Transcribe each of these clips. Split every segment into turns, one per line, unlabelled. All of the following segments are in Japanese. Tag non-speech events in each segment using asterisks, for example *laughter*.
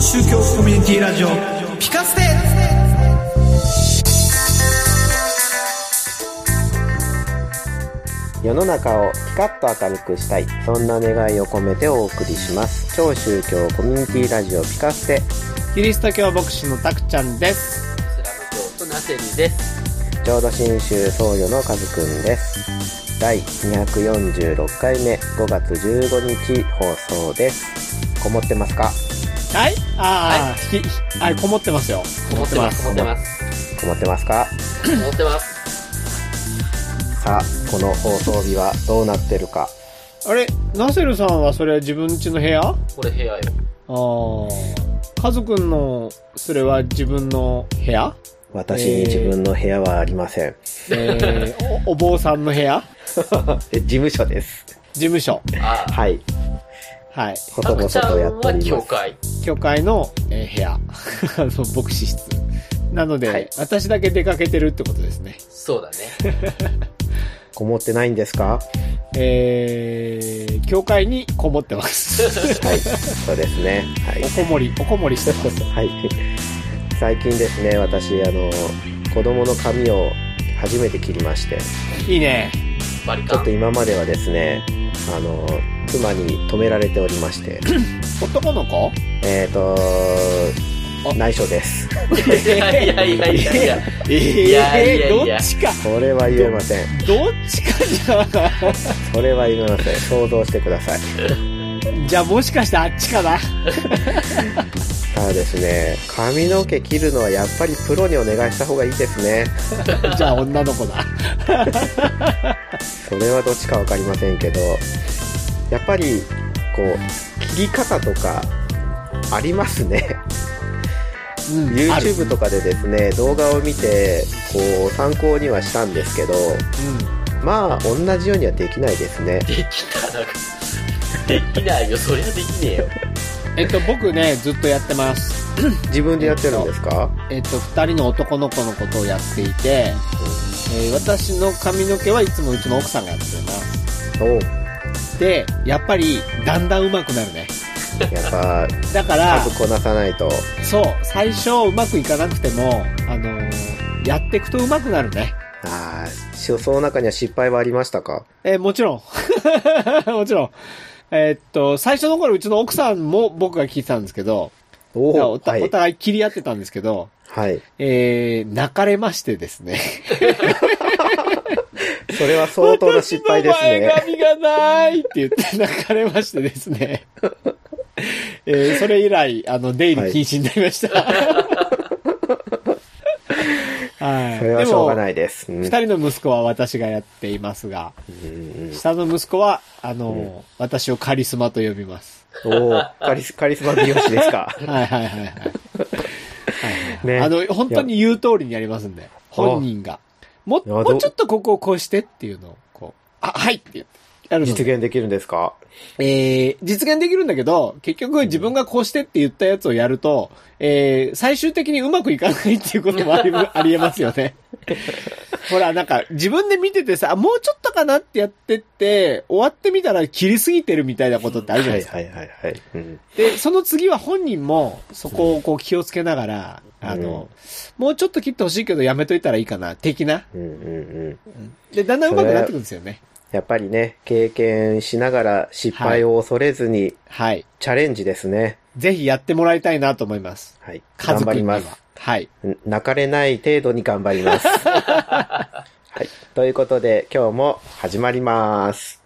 宗教コミュニティラジオピカステ
世の中をピカッと明るくしたいそんな願いを込めてお送りします超宗教コミュニティラジオピカステ
キリスト教牧師のたくちゃんです。
イスラム教徒ナセリです。
浄土真宗僧侶のカズくんです第246回目5月15日放送ですこもってますか
はいあー、ひひはい、こもってますよ。
思ってます。思って *clears throat* ます。
こもってますか
思ってます。
さあこの放送日はどうなってるか
あれナセルさんはそれは自分家の部屋あ
これ部屋よ。
あ。カズくんの、それは自分の部屋
私に自分の部屋はありません、
えー、お、お *laughs* 坊さんの部屋
事務所です
事務所。
ああ。
はい
はい。
細
た
々
くちゃ
とや
ん
ってお
は
り
教
ます
会。
教会の、えー部屋。 *laughs* あの、牧師室。なので、
はい
私だけ出かけてるってことですね。
そうだね。
こもってないんですか
えー、教会にこもって *laughs* ます。
はい、そうですね。はい
お。こもり、おこもりしてます。
はい。 *laughs* 最近ですね、私、あの、子供の髪を初めて切りまして、
いいね。
バリ
ち
カ
ょっと
ン。
今まではですね、あの、妻に止められておりまして、
男の子
えっと
あ、
内緒です。
いやいやいやいやいや。
えー、
いやいやいや
どっちか、
それは言えません。
どっちかじゃ
それは言えません。想像してください。
ない。じゃあもしかしてあっちか *laughs* な。
ただですね、髪の毛切るのはやっぱりプロにお願いした方がいいですね。
じゃあ女の子だ。
それはどっちか分かりませんけどやっぱりこう切り方とかありますね
うん、 *laughs* ある。
YouTube とかでですね動画を見てこう参考にはしたんですけどまあ同じようにはできないですね
できたなんか。できないよ。そりゃできねえよ。
うん。えっと、僕ね、ずっとやってます。
自分でやってるんですか
えっと、二人の男の子のことをやっていて、えー私の髪の毛はいつもうちの奥さんがやってるな。
おう
で、やっぱり、だんだん上手くなるね。
やっ
*laughs*
ぱ
だか
ま
ら、
ずこなさないと
そう、最初うまくいかなくても、あのーやっていくと上手くなるね。
ああその中には失敗はありましたか
えーもちろん。もちろん。 *laughs* えーっと、最初の頃、うちの奥さんも僕が聞いてたんですけど、
お
いや
お
おた
はい
お、互い切り合ってたんですけど、
はい、
えー、泣かれましてです
*laughs*
ね。
それは相当な失敗です
私
ね
の前髪がないって言って *laughs* 泣かれましてですね。 *laughs* えー、それ以来、あの、出入り禁止になりました。 *laughs* はい。。
それはしょうがないいです、うん
二人の息子は私がやっていますが、
うん
下の息子は、あの、私をカリスマと呼びます。
おお、カリス、カリスマ美容師ですか。
はいはいはいはい。
ね。
あの、本当に言う通りにやりますんで、本人が。も、
いやど
もうちょっとここをこうしてっていうのを、こう、あ、はいって言って。やるの
実現できるんですか
えー、実現できるんだけど、結局自分がこうしてって言ったやつをやると、えー、最終的にうまくいかないっていうこと
*laughs*
もあり、ありえますよね。ほら、なんか、自分で見ててさ、あもうちょっとかなってやってって、終わってみたら切りすぎてるみたいなことってあるじゃないですか。
はいはいはい。うん。
で、その次は本人も、そこをこう気をつけながら、あの、もうちょっと切ってほしいけどやめといたらいいかな、的な。
うんうんうん。
で、だんだん上手くなってくるんですよね。
やっぱりね、経験しながら失敗を恐れずに、
はい。
チャレンジですね。
ぜひやってもらいたいなと思います。
はい。
家
頑
族
張
に
り
は
ます。。
はい。
うん泣かれない程度に頑張
*laughs*
ります。はい。ということで、今日も始まります。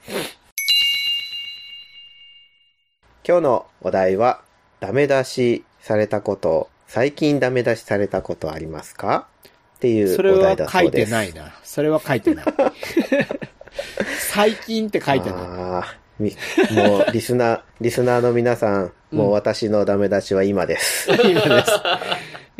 今日のお題は、ダメ出しされたこと、最近ダメ出しされたことありますかっていう
それ
お
は
題だ
書
そ
いう
で
て
す。
ないな。それは書い
*laughs*
てない。最近って書いてない。
あーみ *laughs* もう、リスナー、リスナーの皆さん、もう私のダメ出しは今
*laughs*
です。
今です。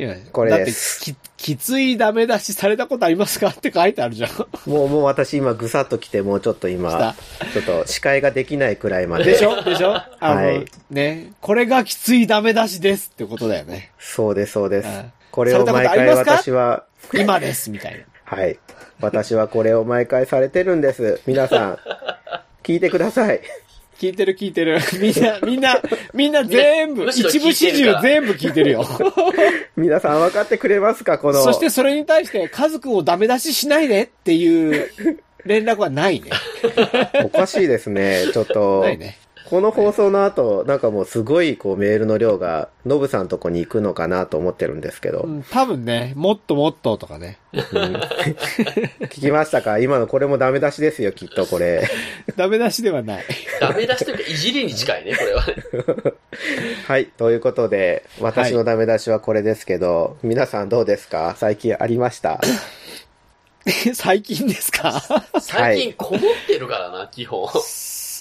今です
これです
だってき、きついダメ出しされたことありますかって書いてあるじゃん。
もう、もう私今ぐさっと来て、もうちょっと今
た、
ちょっと視界ができないくらいまで。
でしょでしょあの、
はい
ね、これがきついダメ出しですってことだよね。
そうです、そうです
うん。
これを毎
されたこ
回
とあります
私は、
今です、みたいな。
はい。
*laughs*
私はこれを毎回されてるんです。皆さん、聞いてください。
聞いてる聞いてる。みんな、みんな、みんな全部、
むし
一
ろ
部始終
聞いて
全部聞いてるよ。
皆さん分かってくれますかこの。
そしてそれに対して、カズくんをダメ出ししないでっていう連絡はないね。
おかしいですね。ちょっと。
ないね。
この放送の後、なんかもうすごいこうメールの量が、ノブさんとこに行くのかなと思ってるんですけど。
うん、多分ね、もっともっととかね。
うん聞きましたか今のこれもダメ出しですよ、きっと
*laughs*
これ。
ダメ出しではない。 *laughs*
ダメ出しというか、いじりに近いね、これは。
はい。ということで、私のダメ出しはこれですけど、皆さんどうですか最近ありました
最近ですか
最近こもってるからな、基本。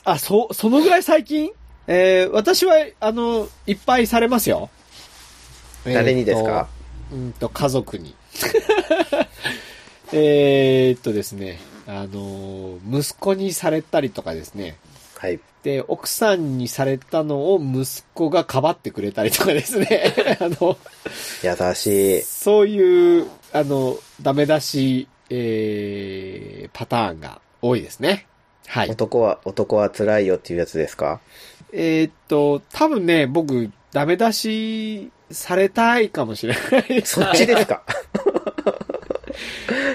あ、そ、そのぐらい最近えー、私は、あの、いっぱいされますよ。
誰にですか、
えーっとうんと、家族に。 *laughs* えーっとですね、あの、息子にされたりとかですね。
はい。
で、奥さんにされたのを息子がかばってくれたりとかですね。 *laughs* あの、
優しい。
そういう、あの、ダメ出し、えー、パターンが多いですね。はい。
男は、男は辛いよっていうやつで
*laughs*
すか
えーっと、多分ね、僕、ダメ出しされたいかもしれない。
そっちですか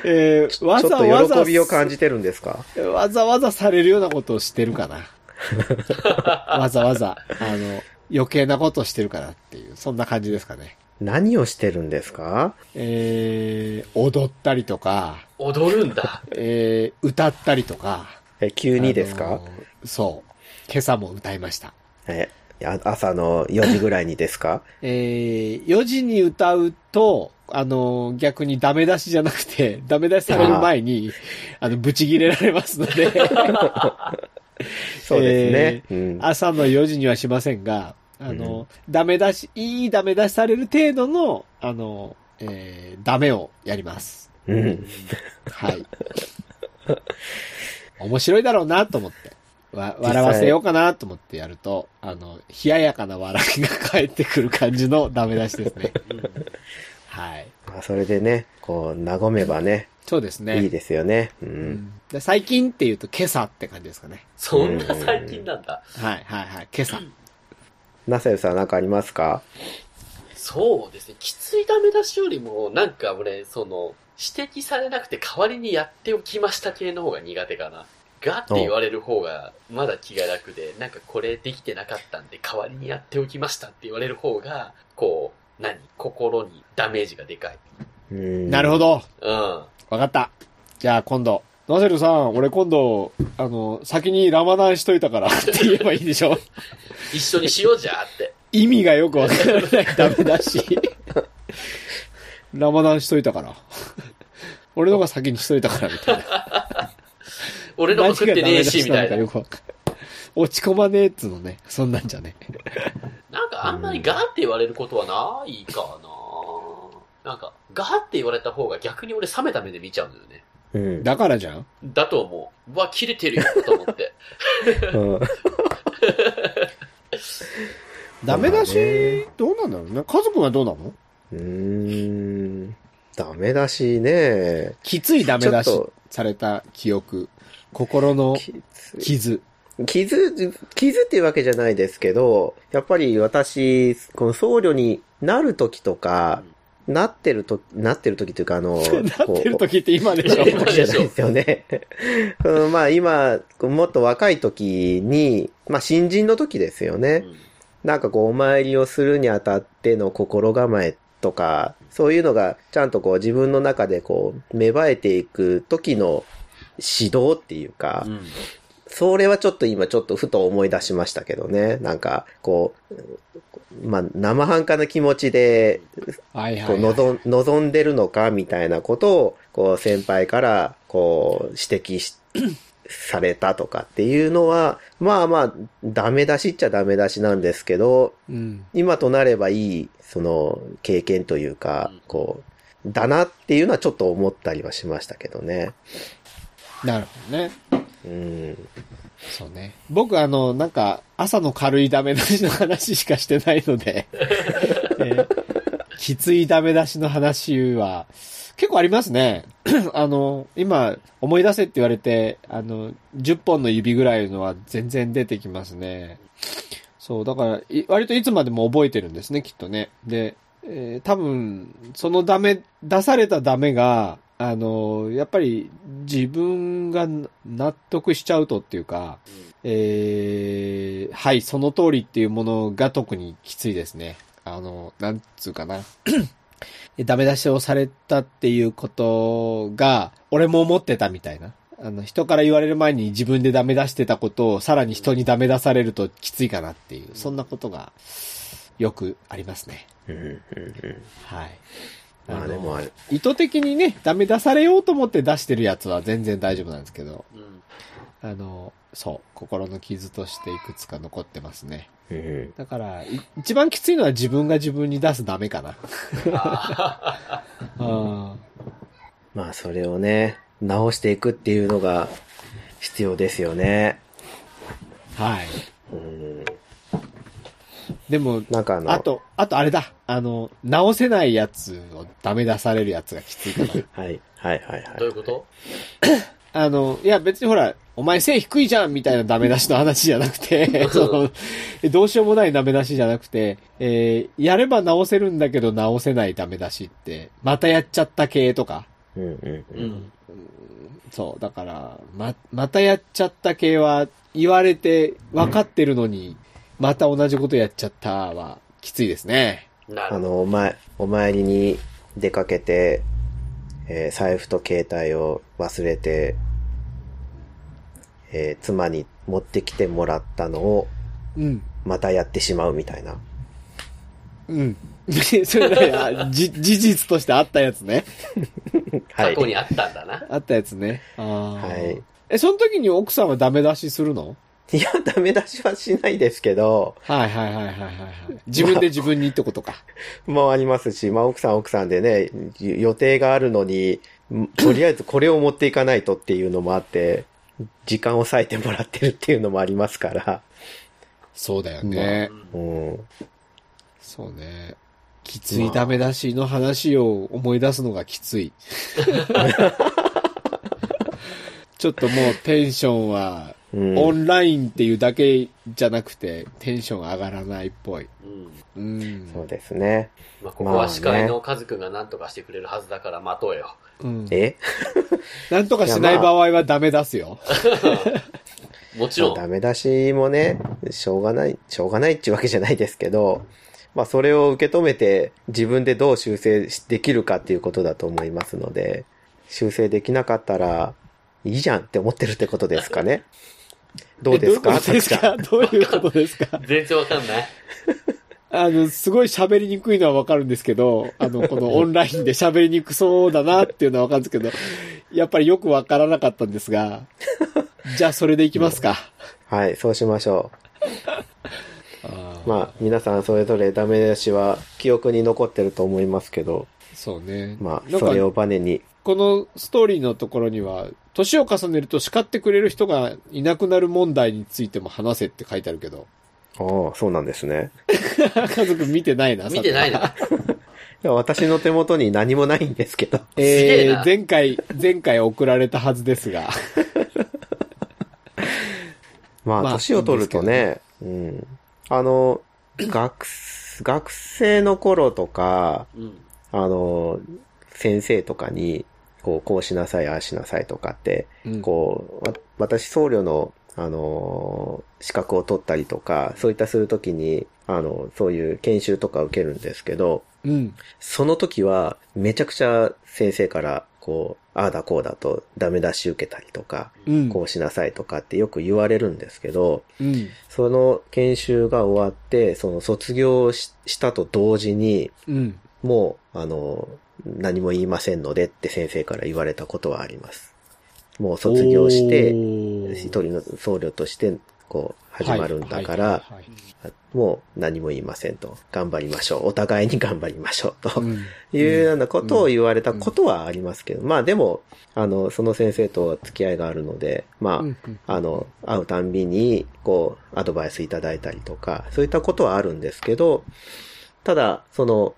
えー、 *laughs* わ
ちょ
ざ
っ
わ
と
ざ、
喜びを感じてるんですか
*laughs* わざわざされるようなことをしてるか
*laughs*
な。わざわざ、あの、余計なことしてるかなっていう、そんな感じですかね。
何をしてるんですか
えー、踊ったりとか、
踊るんだ。
えー、歌ったりとか。
え、急にですか、
あのーそう。今朝も歌いました。
え、あ朝の4時ぐらいにで
*laughs*
すか
えー、4時に歌うと、あのー逆にダメ出しじゃなくて、ダメ出しされる前に、あの、ブチ切れられますので、
そうですね。うん、
朝の4時にはしませんが、あの、ダメ出し、いいダメ出しされる程度の、あの、えー、ダメをやります。
うん。 *laughs*
はい。面白いだろうなと思って。わ、笑わせようかなと思ってやると、あの、冷ややかな笑いが返ってくる感じのダメ出しですね。はい。
まあそれでね、こう、和めばね、
そうですね。
いいですよね。う。
うんんで最近って言うと今朝って感じですかね。
そんな最近なんだ。
はいはいはい。今朝。
ナセルさんなんかありますか
そうですね。きついダメ出しよりも、なんか俺、その、指摘されなくて代わりにやっておきました系の方が苦手かな。ガって言われる方が、まだ気が楽で、なんかこれできてなかったんで、代わりにやっておきましたって言われる方が、こう、何心にダメージがでかい。
うん。
なるほ
ど。
ど。
うん。
わかった。じゃあ今度。ナセルさん、俺今度、あの、先にラマダンしといたから *laughs* って言えばいいでしょ
一緒にしようじゃーって。
意味がよくわからないダメだし。ラマダンしといたから。俺のが先にしといたからみたいな。
*laughs* 俺の送ってねえし、みたいな。
よくわかんない落ち込まねえっつうのね。そんなんじゃね。
なんかあんまりガーって言われることはないかななんか、ガーって言われた方が逆に俺冷めた目で見ちゃうんだよね。
うん。
だからじゃん
だと思う。うわ、切れてるよ、と思って。
うん
ダメだし、
まあね
どうなんだろうね。家族はどうなの
うーん。ダメだしね。
きついダメ出
ち
し
ょっと
された記憶。心の
きつい
傷。
傷、傷っていうわけじゃないですけど、やっぱり私、この僧侶になる時とか、なってると、なってる時というか、あ *laughs* の、
*laughs* なってる時って今でし
こ
ょ
うなってる時じゃないですよ *laughs* ね。うんまあ今、もっと若い時に、まあ新人の時ですよね。なんかこう、お参りをするにあたっての心構えとか、そういうのがちゃんとこう自分の中でこう、芽生えていく時の指導っていうか、
うん
それはちょっと今ちょっとふと思い出しましたけどね。なんか、こう、まあ、生半可な気持ちで、
はいは
こう、
い、はい。
望ん、望んでるのかみたいなことを、こう、先輩から、こう、指摘し、されたとかっていうのは、まあまあ、ダメ出しっちゃダメ出しなんですけど、
うん。
今となればいい、その、経験というか
うん、
こう、だなっていうのはちょっと思ったりはしましたけどね。
なるほどね。
うん。
そうね。僕、あの、なんか、朝の軽いダメ出しの話しかして *laughs* ないので、えーきついダメ出しの話は、結構あります *laughs* ね。あの、今、思い出せって言われて、あの、10本の指ぐらいのは全然出てきますね。そう、だから、い割といつまでも覚えてるんですね、きっとね。で、えー多分、そのダメ、出されたダメが、あの、やっぱり自分が納得しちゃうとっていうか、えーはい、その通りっていうものが特にきついですね。あの、なんつうかな。 *clears throat* ダメ出しをされたっていうことが、俺も思ってたみたいな。あの、人から言われる前に自分でダメ出してたことを、さらに人にダメ出されるときついかなっていう、そんなことが、よくありますね。
うんうんうん
はい。
まあでもある。
意図的にね、ダメ出されようと思って出してるやつは全然大丈夫なんですけど、
うん。
あの、そう、心の傷としていくつか残ってますね。
うんうん
だから、い一番きついのは自分が自分に出すダメかな。
あ
うん。
まあそれをね、直していくっていうのが必要ですよね。
はい。
うん
でも、
なんかあの、
あと、あとあれだ。あの、直せないやつをダメ出されるやつがきついか
*laughs*
な。
はい、はい、はい、は
ー
い。
どういうこと
あの、いや別にほら、お前背低いじゃんみたいなダメ出しの話じゃなくて、 *laughs* その、どうしようもないダメ出しじゃなくて、えーやれば直せるんだけど直せないダメ出しって、またやっちゃった系とか。
うんうん
う
うん。
ん。
そう、だから、ま、またやっちゃった系は、言われて分かってるのに、また同じことやっちゃったは、きついですね。
なる
あ
ほど。
の、お前、お参りに出かけて、えー財布と携帯を忘れて、えー妻に持ってきてもらったのを、
うん。
またやってしまうみたいな。
うん。 *laughs* それねあじ、事実としてあったやつね。
はい
過去。にあったんだな。
あったやつね。ああ。
はい。
え、その時に奥さんはダメ出しするの
いや、ダメ出しはしないですけど、
はいはいはいはいはいはい。自分で自分にってことか。
もありますし、まあ奥さん奥さんでね、ゆ予定があるのに、んとりあえずこれを持っていかないとっていうのもあって、時間を割いてもらってるっていうのもありますから。
そうだよね。
う。
うん
そうね。きついダメ出しの話を思い出すのがきつ *laughs* い。ちょっともうテンションは、
うん、
オンラインっていうだけじゃなくて、テンション上がらないっぽい。
んうん
うん。
そうですね。
まあ、ここは司会のカズくんが何とかしてくれるはずだから待とうよ。
うん。
え
なんとかしない場合はダメ出すよ。
もちろ
まあ
ん。
ダメ出しもね、しょうがない、しょうがないっていうわけじゃないですけど、まあそれを受け止めて自分でどう修正しできるかっていうことだと思いますので、修正できなかったらいいじゃんって思ってるってことですかね。どうですか
えどういうことです
さ
か *laughs* どういうことですか
全然
*laughs*
わかんない。
あの、すごい喋りにくいのはわかるんですけど、あの、このオンラインで喋りにくそうだなっていうのはわかるんですけど、やっぱりよくわからなかったんですが、じゃあそれでいきますか。
きはい、そうしましょう。
まあ、
まあ皆さんそれぞれダメ出しは記憶に残ってると思いますけど、
そうね。
まあ
なんか
それをバネに、
このストーリーのところには、年を重ねると叱ってくれる人がいなくなる問題についても話せって書いてあるけど、
ああ、そうなんですね。
家族見てないな、
見てない
さて。
な。
いや私の手元に何もないんで
*laughs*
すけど。
げえ
え
な
ー、前回、前回送られたはずですが。
ま
まあ
あ、年を取るとね、うん。あの、学、学生の頃とか、
うん。
あの、先生とかに、こう、こうしなさい、ああしなさいとかって、
うん
こう、わ私、僧侶の、あの、資格を取ったりとか、そういったするときに、あの、そういう研修とか受けるんですけど、
うん。
その時は、めちゃくちゃ先生から、こう、ああだこうだと、ダメ出し受けたりとか、
うん。
こうしなさいとかってよく言われるんですけど、
うん。
その研修が終わって、その卒業ししたと同時に、
うん。
もう、あの、何も言いませんのでって先生から言われたことはあります。もう卒業して、一人の僧侶として、こう、始まるんだから、
はいはい
もう何も言いませんと、頑張りま
*laughs*
しょう。お互いに頑張りましょう
はい
と
は。いうん
いうようなことを言われたことはありますけど、まあでも、あの、その先生とは付き合いがあるので、まあ、
うんうん
あの、会うたんびに、こう、アドバイスいただいたりとか、そういったことはあるんですけど、ただ、その、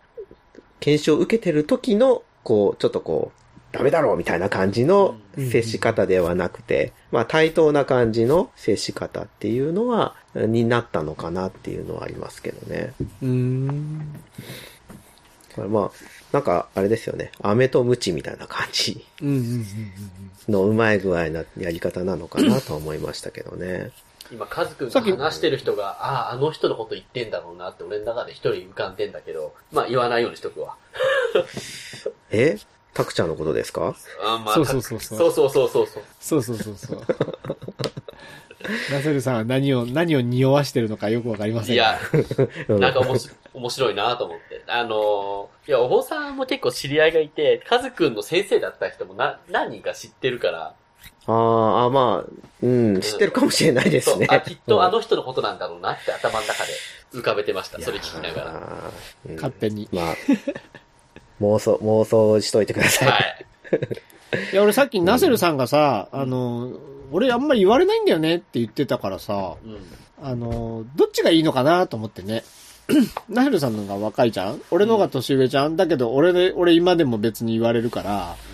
検証を受けてる時のこう、ちょっとこう、ダメだろうみたいな感じの接し方ではなくて、まあ対等な感じの接し方っていうのは、になったのかなっていうのはありますけどね。
うーん。
これまあ、なんかあれですよね。飴とムチみたいな感じ
うんうんうんうん
のうまい具合なやり方なのかなと思いましたけどね。
今、カズくん
さ
が
っき
話してる人が、ああ、あの人のこと言ってんだろうなって俺の中で一人浮かんでんだけど、まあ言わないようにしとくわ。
えタクちゃんのことですか
あまあ、
そうそうそうそう
そうそうそうそうそう。
そうそうそうそう。ナセルさんは何を、何を匂わしてるのかよくわかりません
い
が
や、
うん
なんか面白面白いなと思って。あのーいや、お坊さんも結構知り合いがいて、カズくんの先生だった人もな何人か知ってるから、
あーあ、まあ、うん、知ってるかもしれないですね。
そうあ、きっとあの人のことなんだろうなって頭の中で浮かべてました。それ聞きながら。は
ら。うん
勝手に。
まあ、妄想、妄想しといてください。
い。
いや、俺さっきナセルさんがさ、あの、俺あんまり言われないんだよねって言ってたからさ、
うん。
あの、どっちがいいのかなと思ってね。 *clears throat* ナヘルさんの方が若いじゃん俺の方が年上じゃんだけど、俺で、俺今でも別に言われるから。 *laughs*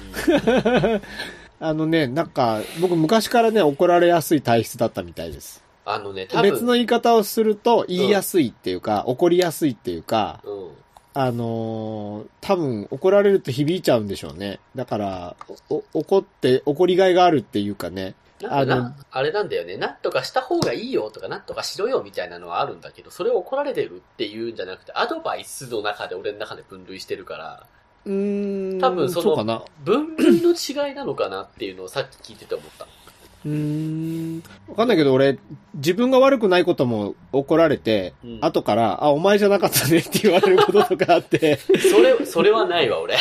あのね、なんか、僕昔からね、怒られやすい体質だったみたいです。
あのね、多分。
別の言い方をすると、言いやすいっていうか、怒りやすいっていうか、
うん。
あのー多分怒られると響いちゃうんでしょうね。だから、お怒って、怒りがいがあるっていうかね。
なんか
あの
な、あれなんだよね。なんとかした方がいいよとか、なんとかしろよみたいなのはあるんだけど、それを怒られてるっていうんじゃなくて、アドバイスの中で俺の中で分類してるから、
うーん。
多分その
そうかな。
分類の違いなのかなっていうのをさっき聞いてて思った。
うーん。わかんないけど、俺、自分が悪くないことも怒られて、
うん
後から、あ、お前じゃなかったねって言われることとかあって、 *laughs*
それ、それはないわ、俺。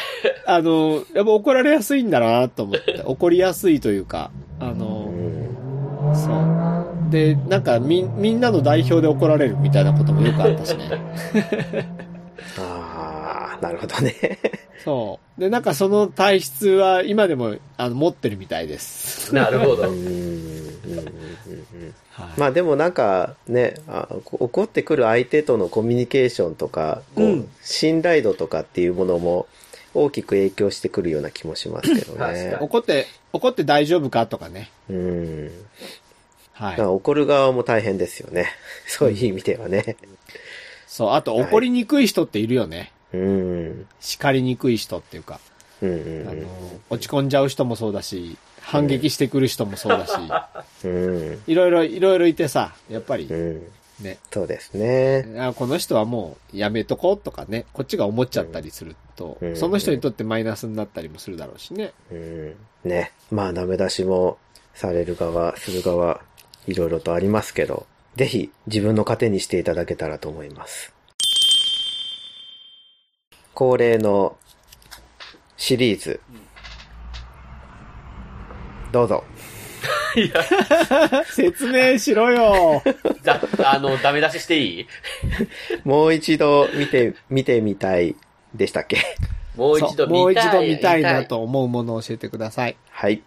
あの、やっぱ怒られやすいんだなと思って、怒りやすいというか、あ
う
の、
ん
そう。で、なんか、み、みんなの代表で怒られるみたいなこともよくあったしね。
ああ、なるほどね。
そう。で、なんかその体質は今でも、あの、持ってるみたい
*laughs*
です。
なるほど。
う
うんん。
うんうんうん
はい。
まあでもなんかねあこ怒ってくる相手とのコミュニケーションとかこう、
うん
信頼度とかっていうものも大きく影響してくるような気もしますけどね
確か。
怒って、怒って大丈夫かとかね。
うん、
は
だ
い
か。ら怒る側も大変ですよね。そういう意味ではね。
そう。あと、怒りにくい人っているよね。
うん
叱りにくい人っていうか、
うんう
あの
ん、
落ち込んじゃう人もそうだし、反撃してくる人もそうだし、
うん
いろいろ、いろいろいてさ、やっぱり
う、ん
ね、
そうですね。
あこの人はもうやめとこうとかね、こっちが思っちゃったりすると
う、ん
その人にとってマイナスになったりもするだろうしね。
うん、ね。まあ、ダメ出しもされる側、する側、いろいろとありますけど、ぜひ自分の糧にしていただけたらと思います。恒例のシリーズ。どうぞ。
いや、
説明しろよ
だ、あの、ダメ出ししていい
もう一度見て、見てみたいでしたっけ
もう一
*laughs* そ
度
うもう
見た
一
い。
度見たいなと思うものを教えてください。
はい。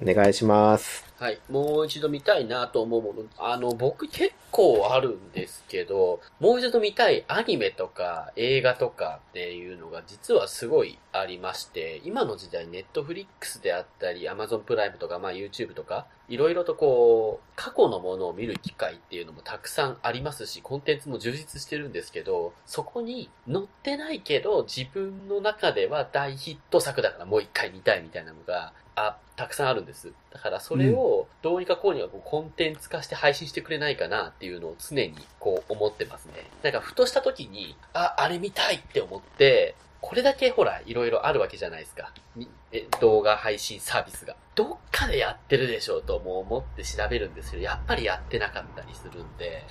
お願いします。
はい。もう一度見たいなと思うもの。あの、僕結構あるんですけど、もう一度見たいアニメとか映画とかっていうのが実はすごいありまして、今の時代ネットフリックスであったり、Amazon プライムとか、まあ YouTube とか、いろいろとこう、過去のものを見る機会っていうのもたくさんありますし、コンテンツも充実してるんですけど、そこに載ってないけど、自分の中では大ヒット作だからもう一回見たいみたいなのが、あ、たくさんあるんです。だからそれをどうにかこうにかこうコンテンツ化して配信してくれないかなっていうのを常にこう思ってますね。なんかふとした時に、あ、あれ見たいって思って、これだけほら、いろいろあるわけじゃないですか。みえ動画配信サービスが。どっかでやってるでしょうともう思って調べるんですけど、やっぱりやってなかったりするんで、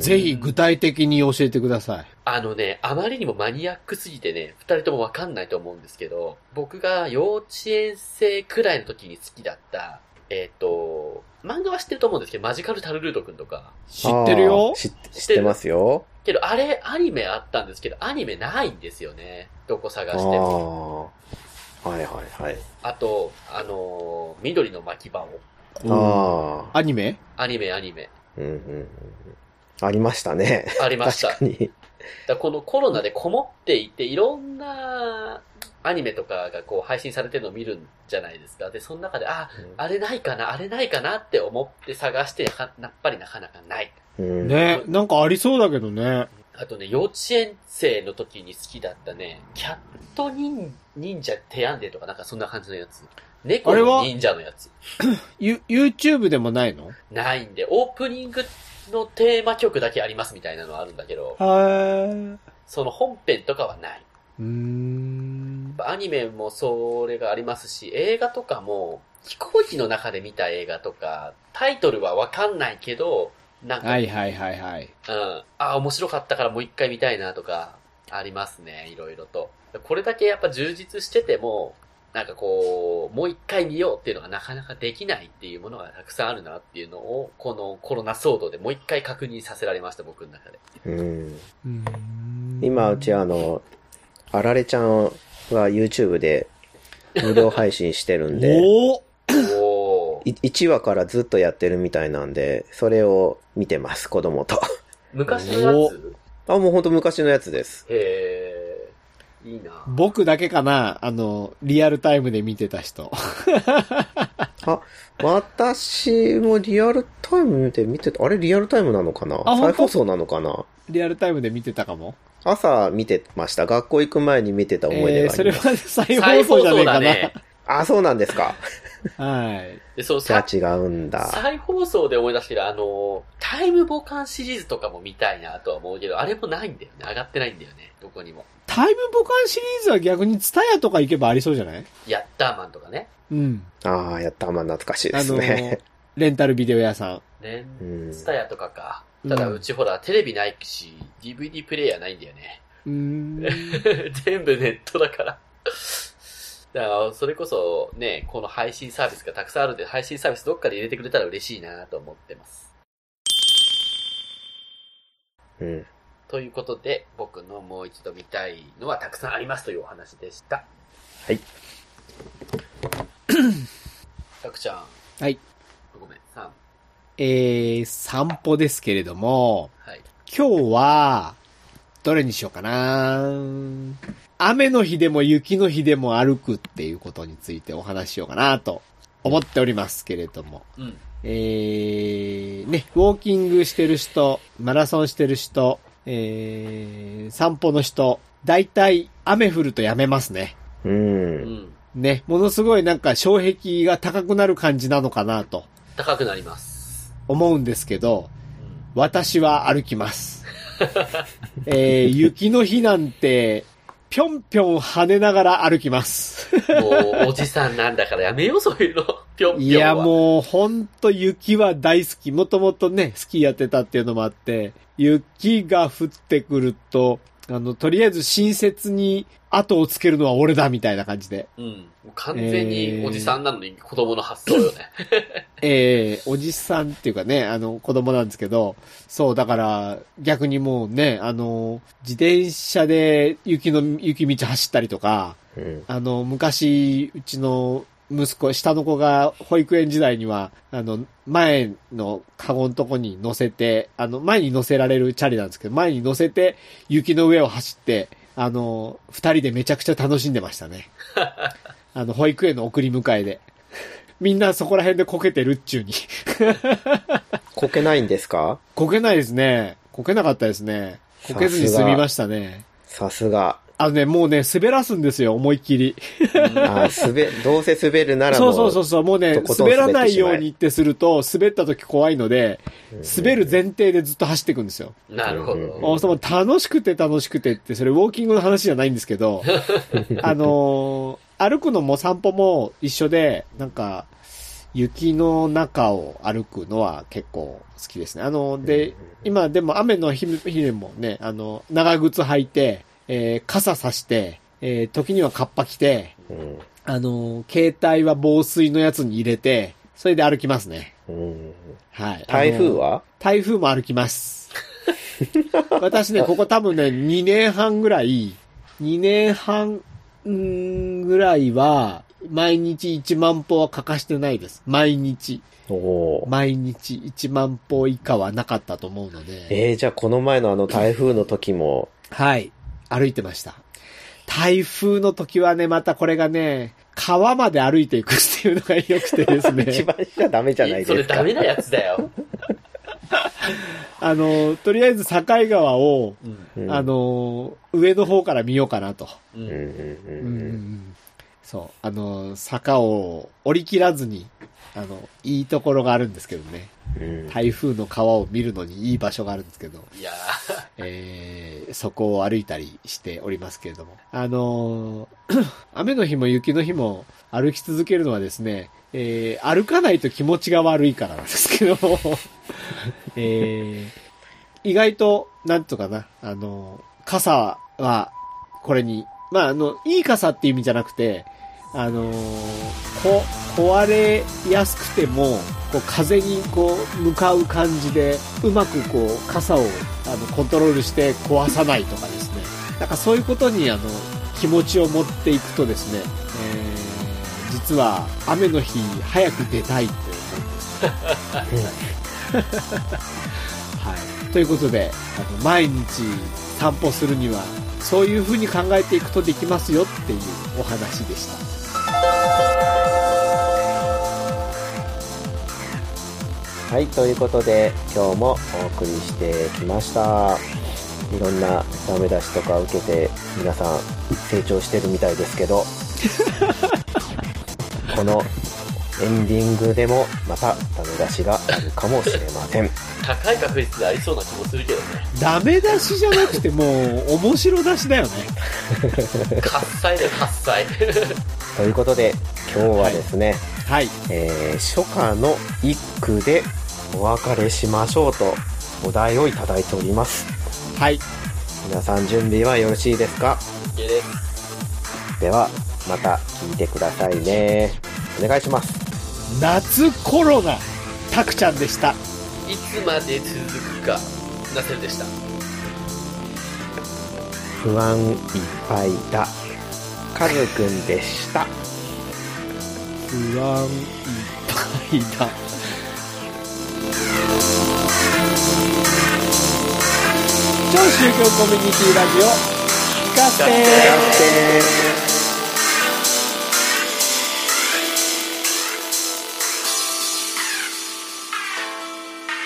ぜひ具体的に教えてください。
あのね、あまりにもマニアックすぎてね、二人ともわかんないと思うんですけど、僕が幼稚園生くらいの時に好きだった、えっ、と、漫画は知ってると思うんですけど、マジカルタルルートくんとか。
知ってるよ
あー知って知ってますよ。
けど、あれ、アニメあったんですけど、アニメないんですよね。どこ探
あ
しても。
あー。はいはいはい。
あと、あのー緑の巻き場を。
ああ。
アニメ
アニメ、アニメ。
うんうんうんうんありましたね。
ありまし
確
た。
かに。
だからこのコロナでこもっていて、いろんなアニメとかがこう配信されてるのを見るんじゃないですか。で、その中で、あ、あれないかな、あれないかなって思って探して、やかやっぱりなかなかない。
うん。
ね、なんかありそうだけどね。
あとね、幼稚園生の時に好きだったね、キャット忍忍者テアンデとかなんかそんな感じのやつ。猫
あれ
の
は
忍者のやつ。
ゆ、YouTube でもないの
ないんで、オープニングのテーマ曲だけありますみたいなのはあるんだけど、
は
その本編とかはない。
い。うーん。
アニメもそれがありますし、映画とかも、飛行機の中で見た映画とか、タイトルはわかんないけど、なんか、
はいはいはいはい。
うん、あ、面白かったからもう一回見たいなとか、ありますね、いろいろと。これだけやっぱ充実してても、なんかこう、もう一回見ようっていうのがなかなかできないっていうものがたくさんあるなっていうのを、このコロナ騒動でもう一回確認させられました、僕の中で。
うん。
うーん
今、うちあの、あられちゃんは YouTube で無料配信してるん
*laughs*
で、
おお
おー
い1話からずっとやってるみたいなんで、それを見てます、子供と。
昔のや
お
つ
あ、もうほんと昔のやつです。
へえ、いいな。
僕だけかなあの、リアルタイムで見てた人。 *laughs*
私もリアルタイムで見てた、あれリアルタイムなのかな
あほん
再
と
放送なのかな
リアルタイムで見てたかも。
朝見てました。学校行く前に見てた思い
え
出
ー、
があ
そ
り
れ
ます。
は再放送じゃねえかな。
ね。
あ、そうなんで
*laughs*
すか。
はい。
で、そう、
じゃ
さ
あ違うんだ。
再放送で思い出したけど、あの、タイムボカンシリーズとかも見たいなとは思うけど、あれもないんだよね。上がってないんだよね。どこにも。
タイムボカンシリーズは逆にツタヤとか行けばありそうじゃない
ヤッターマンとかね。
うん。
ああ、やった。まあ懐かしいで
あ
す
の
ね。、
レンタルビデオ屋さん。
ね。
うん
ツタヤとかか。
うん
ただ、うちほら、テレビないし、DVD プレイヤーないんだよね。 *laughs*
うーん。
全部ネットだから。だから、それこそ、ね、この配信サービスがたくさんあるんで、配信サービスどっかで入れてくれたら嬉しいなと思ってます。
うん。
ということで、僕のもう一度見たいのはたくさんありますというお話でした。
はい。
*coughs* たくちゃん。
はい。
ごめん、さん。
えー、散歩ですけれども、
はい。
今日は、どれにしようかな雨の日でも雪の日でも歩くっていうことについてお話ししようかなと思っておりますけれども。
うん。
えー、ね、ウォーキングしてる人、マラソンしてる人、えー、散歩の人、だいたい雨降るとやめますね。
う。
うんん。
ね、ものすごいなんか障壁が高くなる感じなのかなと
高くなります。
思うんですけど、
うん。
私は歩きます。 *laughs* えー、雪の日なんて、ぴょんぴょん跳ねながら歩きます。
もう、おじさんなんだからやめよう、そういうの。ぴょんぴょんは。
いや、もう、ほんと雪は大好き。もともとね、スキーやってたっていうのもあって、雪が降ってくると、あの、とりあえず親切に後をつけるのは俺だ、みたいな感じで。
うん。もう完全におじさんなのに子供の発想よね。
ええおじさんっていうかね、あの、子供なんですけど、そう、だから、逆にもうね、あの、自転車で雪の、雪道走ったりとか、
うん。
あの、昔、うちの息子、下の子が保育園時代には、あの、前のカゴのとこに乗せて、あの、前に乗せられるチャリなんですけど、前に乗せて、雪の上を走って、あの、二人でめちゃくちゃ楽しんでましたね。あの、保育園の送り迎えで。みんなそこら辺でこけてるっちゅうに。
こけないんですか
こけないですね。こけなかったですね。こけずに済みましたね。
さすが。
あのね、もうね、滑らすんですよ、思いっきり。
あー、
*laughs*
滑、どうせ滑るなら
そ
の。
うそうそうそう、もうね
と、ことん
滑
滑ってしま
らない
え
ようにってすると、滑った時怖いので、滑る前提でずっと走っていくんですよ。
なるほ
うん
ど。
おその楽しくて楽しくてって、それウォーキングの話じゃないんですけ
*laughs*
ど、あのー歩くのも散歩も一緒で、なんか、雪の中を歩くのは結構好きですね。あの、で、今でも雨の日日でもね、あの、長靴履いて、えー傘さして、えー時にはカッパ着て、
うん。
あの、携帯は防水のやつに入れて、それで歩きますね。
うん。
はい。
台風
あの
は
台風も歩き
*laughs*
ます。私ね、ここ多分ね、2年半ぐらい、2年半うんぐらいは、毎日1万歩は欠かしてないです。毎日。
おおー。
毎日1万歩以下はなかったと思うので。
えー、じゃあこの前のあの台風の時も、
はい。歩いてました。台風の時はね、またこれがね、川まで歩いていくっていうのが良くてですね。
*laughs* 一番しちゃダメじゃない
そ
で
れ
すか。
ダメなやつだよ。
あの、とりあえず境川を、
うん。
うん
あ、の、上の方から見ようかなと。
う。
うんうん
うんん
うんうん。
そう。あの、坂を折り切らずに、あの、いいところがあるんですけどね。
うん
台風の川を見るのにいい場所があるんですけど、
いや
えー、そこを歩いたりしておりますけれども。あのー *coughs* 雨の日も雪の日も歩き続けるのはですね、えー、歩かないと気持ちが悪いからなんですけども、 *laughs* えー、意外と、なんとかな、あのー傘は、これに、まあ、あの、いい傘っていう意味じゃなくて、あのーこ、壊れやすくても、こう、風にこう、向かう感じで、うまくこう、傘を、あの、コントロールして壊さないとかですね。なんかそういうことに、あの、気持ちを持っていくとですね、えー、実は、雨の日、早く出たいって思うんですねはい。ということで、あの、毎日散歩するには、そういう風に考えていくとできますよっていうお話でした。
はい、ということで、今日もお送りしてきました。いろんなダメ出しとか受けて、皆さん成長してるみたいですけ *laughs* ど、このエンディングでもまたダメ出しがあるかもしれません。
ー高い確率でありそうな気もするけどね。
ダメ出しじゃなくてもう面白出しだよね。
喝采だよ、喝采。
ということで、今日はですね、
はい。
えー初夏の一句でお別れしましょうとお題をいただいております。
はい。
皆さん準備はよろしいですか
いけね
ではまた聞いてくださいねお願いします
夏コロナ、たくちゃんでした。
いつまで続くか、なせるでした。
不安いっぱいだカズくんでした
不安いっぱいだ。超宗教コミュニティラジオ、聞かせて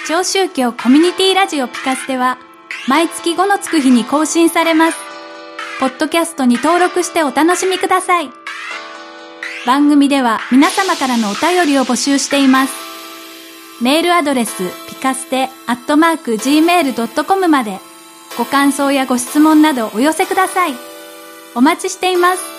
長宗教コミュニティラジオピカステは毎月5のつく日に更新されます。ポッドキャストに登録してお楽しみください。番組では皆様からのお便りを募集しています。メールアドレスピカステアットマーク gmail.com までご感想やご質問などお寄せください。お待ちしています。